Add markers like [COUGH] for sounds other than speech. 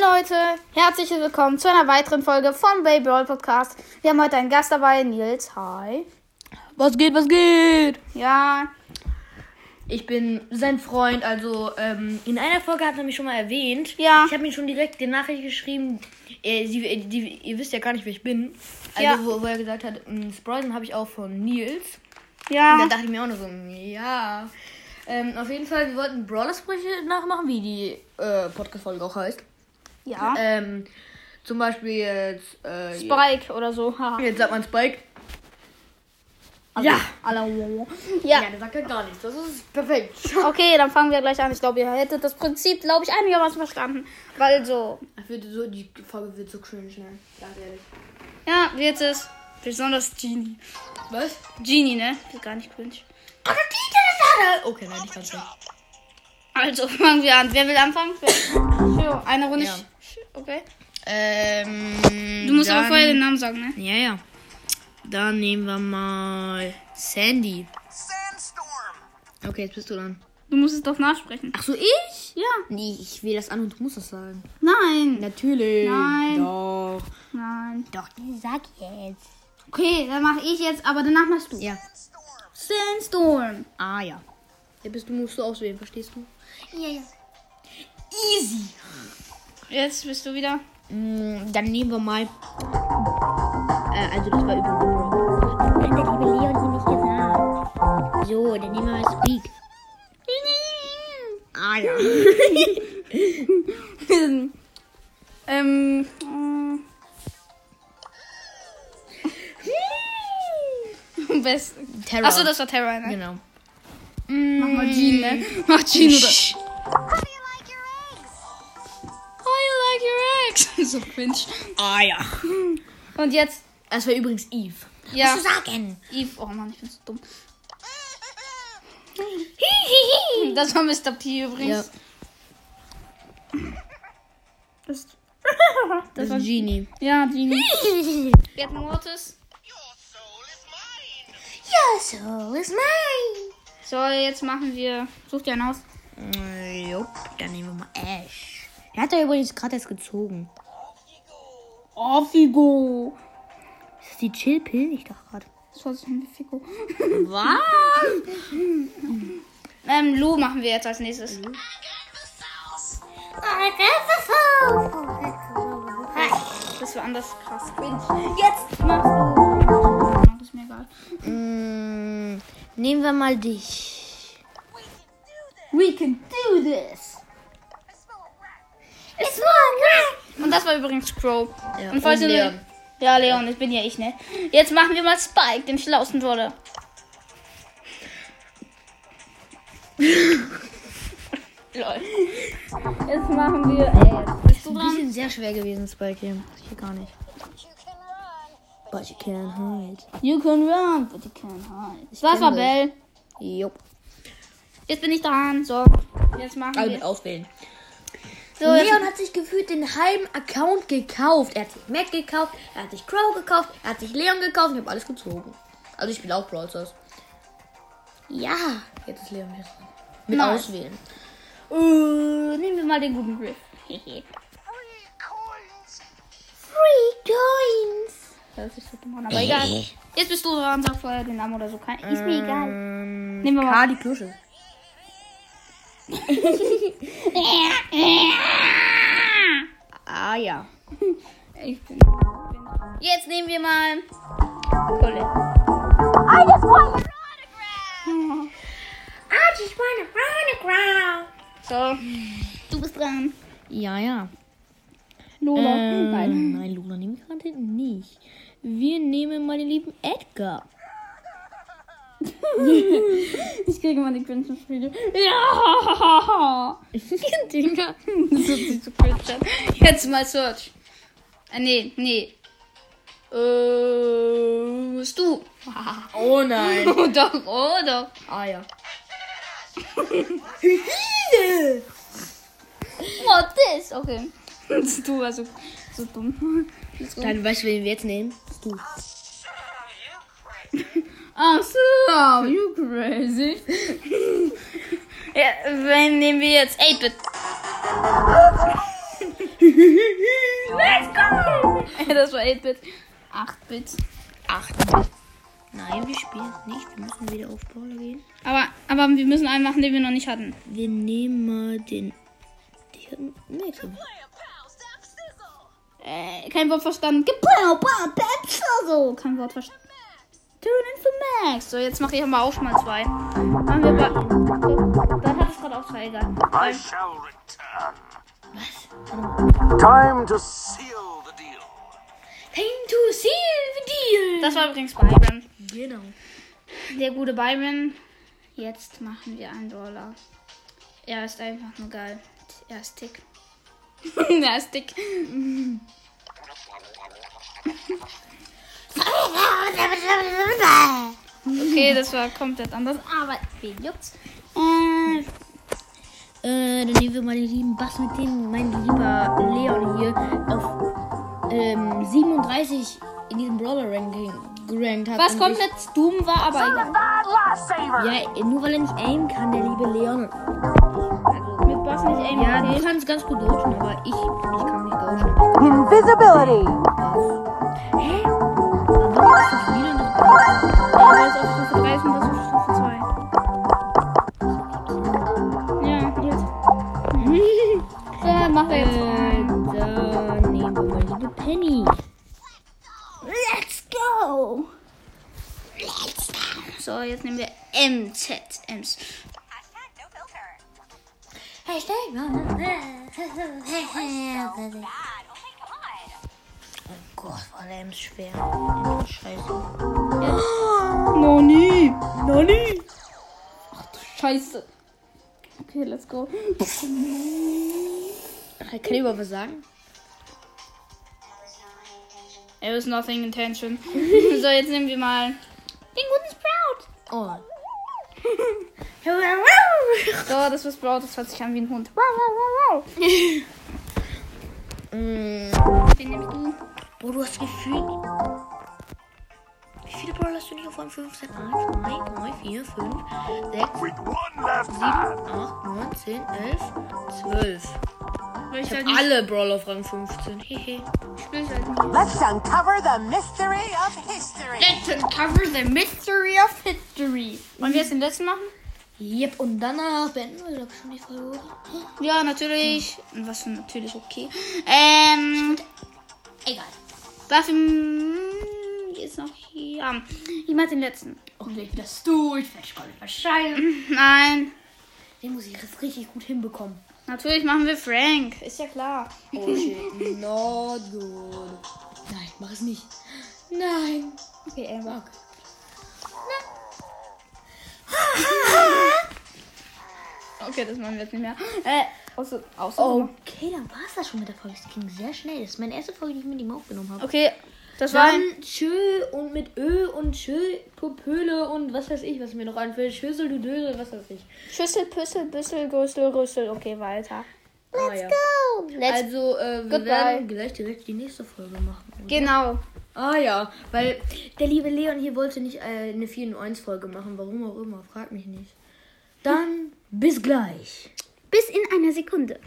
Leute, herzlich willkommen zu einer weiteren Folge vom Baby Roll Podcast. Wir haben heute einen Gast dabei, Nils. Hi. Was geht, was geht? Ja, Ich bin sein Freund, also ähm, in einer Folge hat er mich schon mal erwähnt. Ja. Ich habe ihm schon direkt die Nachricht geschrieben. Äh, sie, äh, die, ihr wisst ja gar nicht, wer ich bin. Also Ja. wo, wo er gesagt hat, ähm, Sproisen habe ich auch von Nils. Und ja. dann dachte ich mir auch noch so, mm, ja. Ähm, auf jeden Fall, wir wollten Brawler-Sprüche nachmachen, wie die äh, Podcast-Folge auch heißt. Ja. Äh, Ähm, zum Beispiel jetzt. Äh, Spike oder so. [LAUGHS] haha. Jetzt sagt man Spike. Also, ja. alla wow. Ja. der sagt ja gar nichts. Das ist perfekt. [LAUGHS] Okay, dann fangen wir gleich an. Ich glaube, ihr hättet das Prinzip, glaube ich, einigermaßen verstanden. Weil so, Ich würde so, die Folge wird so cringe, ne? Ganz ehrlich. ja, wird es. Besonders Genie. Was? Genie, ne? Ist gar nicht cringe. Äh, Okay, nein, ich kann schon. Also fangen wir an. Wer will anfangen? [LAUGHS] Wer- Jo, Eine Runde. Ja. Okay. Ähm. Du musst dann, aber vorher den Namen sagen, ne? Ja, ja. Dann nehmen wir mal Sandy. Sandstorm! Okay, jetzt bist du dran. Du musst es doch nachsprechen. Ach so, ich? Ja. Nee, ich wähle das an und du musst das sagen. Nein. Natürlich. Nein. Doch. Nein. Doch, sag jetzt. Okay, dann mache ich jetzt, aber danach machst du. Ja. Sandstorm. Ah, ja. Ja, bist du, musst du auswählen, verstehst du? Ja, ja. Easy. Jetzt bist du wieder. Mm, Dann nehmen wir mal. Äh, also, das war über Rock. Der liebe Leon hier nicht gesagt. So, dann nehmen wir mal Squeak. Ah, [LAUGHS] ja. ähm. Am besten. Terra. Achso, das war Terra, ne? Genau. Mm. Mach mal Jean, ne? Mach Jean oder. Psch. How do you like your eggs? How you like your eggs? [LAUGHS] so cringe. Ah, ja. Und jetzt. Das war übrigens Eve. Ja. sagen? Eve. Oh Mann, ich bin so dumm. Das war Mr. P Ja, übrigens. Das, das war [LAUGHS] Genie. ja, Genie. Get Mortis. Your soul is mine! So, jetzt machen wir. Such dir ein Haus. Äh, Jupp, dann nehmen wir mal Ash. Er hat ja übrigens gerade erst gezogen. Oh, Figo. Ist das die Chill-Pill? Ich dachte gerade. Das war so ein Figo. Was? Ähm, Lou machen wir jetzt als nächstes. Ah, Das war anders krass. Jetzt machst du. Ist mir egal. Mm, nehmen wir mal dich. We can do this. It's Und das war übrigens Crow. Ja, und falls und ihr- Leon. Ja, Leon, das bin ja ich, ne? Jetzt machen wir mal Spike, den schlausten Rolle. [LAUGHS] Lol. Jetzt machen wir. äh, Ey, bist du Ein dran? bisschen sehr schwer gewesen, Spike hier. Ich gar nicht. You can run, But you can't hide. You can run, but you can't hide. Das kenn war das. Bell. Jupp. Jetzt bin ich dran. So, jetzt machen Also wir. mit auswählen. So, jetzt, Leon hat sich gefühlt den halben Account gekauft. Er hat sich Mac gekauft, er hat sich Crow gekauft, er hat sich Leon gekauft. Ich habe alles gezogen. Also ich spiele auch Brawl Stars. Ja. Jetzt ist Leon wieder dran. Mit Nice. auswählen. äh, nehmen wir mal den guten Griff. free coins! Free Coins. das ist so dumm, aber egal. Jetzt bist du dran, sag vorher den Namen oder so. Kein, ist mir egal. Ähm, Nehmen wir mal. Kali Kirsche. ah ja. Ich bin, Jetzt nehmen wir mal. Colin. Ah, I just wanna run So, du bist dran. Ja, ja. Lola. Ähm, Nein. nein, Luna nehmen wir gerade nicht. Wir nehmen mal den lieben Edgar. [LAUGHS] Ich kriege mal den cringe Spiele. Ja! Digga. Das hört sich so cringe an. Jetzt mal Search. Äh, nee, nee. Äh, bist du? [LAUGHS] Oh nein. Oh doch, oh doch. Ah ja. What this? Okay. [LAUGHS] Du warst so, so dumm. Mhm. Dann weißt du, wen wir jetzt nehmen? Du. You crazy! [LAUGHS] Ach so, you crazy. [LAUGHS] ja, wen nehmen wir jetzt? 8-Bit. Let's go! Das war 8-Bit. 8-Bit. 8. Nein, wir spielen es nicht. Wir müssen wieder auf Brawler gehen. Aber, aber wir müssen einen machen, den wir noch nicht hatten. Wir nehmen mal den. den Mädchen. Äh, kein Wort verstanden. Gebau, bau, Bäpsel, so. Kein Wort verstanden. Tune in for Max. So, jetzt mache ich aber auch schon mal zwei. Machen wir mal. Dann hat es gerade auch zwei, egal. I Weil- shall return. Time to seal the deal. Time to seal the deal! Das war übrigens Byron. Genau. Der gute Byron. Jetzt machen wir einen Dollar. Er ist einfach nur geil. Er ist dick. [LAUGHS] er ist dick. Okay, das war komplett anders. Aber wen juckt's? Äh, Äh, dann nehmen wir mal den lieben Bass, mit dem mein lieber Leon hier auf ähm, 37 in diesem Brawler-Ranking gerankt hat. was Und komplett dumm war, aber egal. Ich, ja, nur weil er nicht aimen kann, der liebe Leon. Mit Bass nicht aimen, Ja, okay? du kannst ganz gut dodgen, aber ich, ich kann nicht dodgen. Invisibility. Hä? Warum hast du Spiele noch Aber er ist auf Stufe 3 und das ist Stufe 2. Ja, jetzt. [LAUGHS] Ja, mach jetzt. Äh, dann nehmen wir mal liebe Penny. Let's go! Let's go! So, jetzt nehmen wir MZ. Ms. Oh Gott, war der Ems schwer. Ems ist Scheiße. Noni! Noni! Ach du Scheiße. Okay, let's go. Ach, kann ich überhaupt was sagen? It was nothing intention. [LAUGHS] so, jetzt nehmen wir mal den guten Sprout. [LAUGHS] Oh. So, das war Sprout, das hört sich an wie ein Hund. Wow, [LAUGHS] wow, wow, Mm. wow. Den nimmst du? Oh, du hast gefühlt. Wie viele Brawler hast du nicht auf 1, 5, 6, 1, 2, 3, 4, 5, 6, With one left 7, hand. 8, 9, 10, 11, 12. Weil ich Ich halt hab nicht alle Brawler auf Rang 15. Hehe. spiele, ich halt nicht. Let's uncover the mystery of history. Let's uncover the mystery of history. Wollen wir jetzt den letzten machen? Yep, und danach beenden wir, glaube ich, schon die Folge. oder? Hm? Ja, natürlich. Was für natürlich okay. Ähm, Egal. dafür mm, ist noch hier. ah, Ich mach den letzten. Und ich das du, ich werde schon wahrscheinlich. Nein. Den muss ich jetzt richtig gut hinbekommen. Natürlich machen wir Frank. Ist ja klar. Oh shit. No, good. Nein, mach es nicht. Nein. Okay, er [LAUGHS] mag. Okay, das machen wir jetzt nicht mehr. Äh, außer, außer Oh, Okay, dann war es das schon mit der Folge. Es ging sehr schnell. Das ist meine erste Folge, die ich mit ihm aufgenommen habe. Okay, das war ein Dann tschö und mit Ö und tschö, Popöle und was weiß ich, was mir noch einfällt. Schüssel, du Dödel, was weiß ich. Schüssel, Püssel, Büssel, Grüssel, Rüssel. Okay, weiter. Let's go! also, äh, wir Goodbye. werden gleich direkt die nächste Folge machen. oder? Genau. Ah ja, weil der liebe Leon hier wollte nicht äh, eine 4 in 1 Folge machen, warum auch immer, frag mich nicht. Dann bis gleich. Bis in einer Sekunde.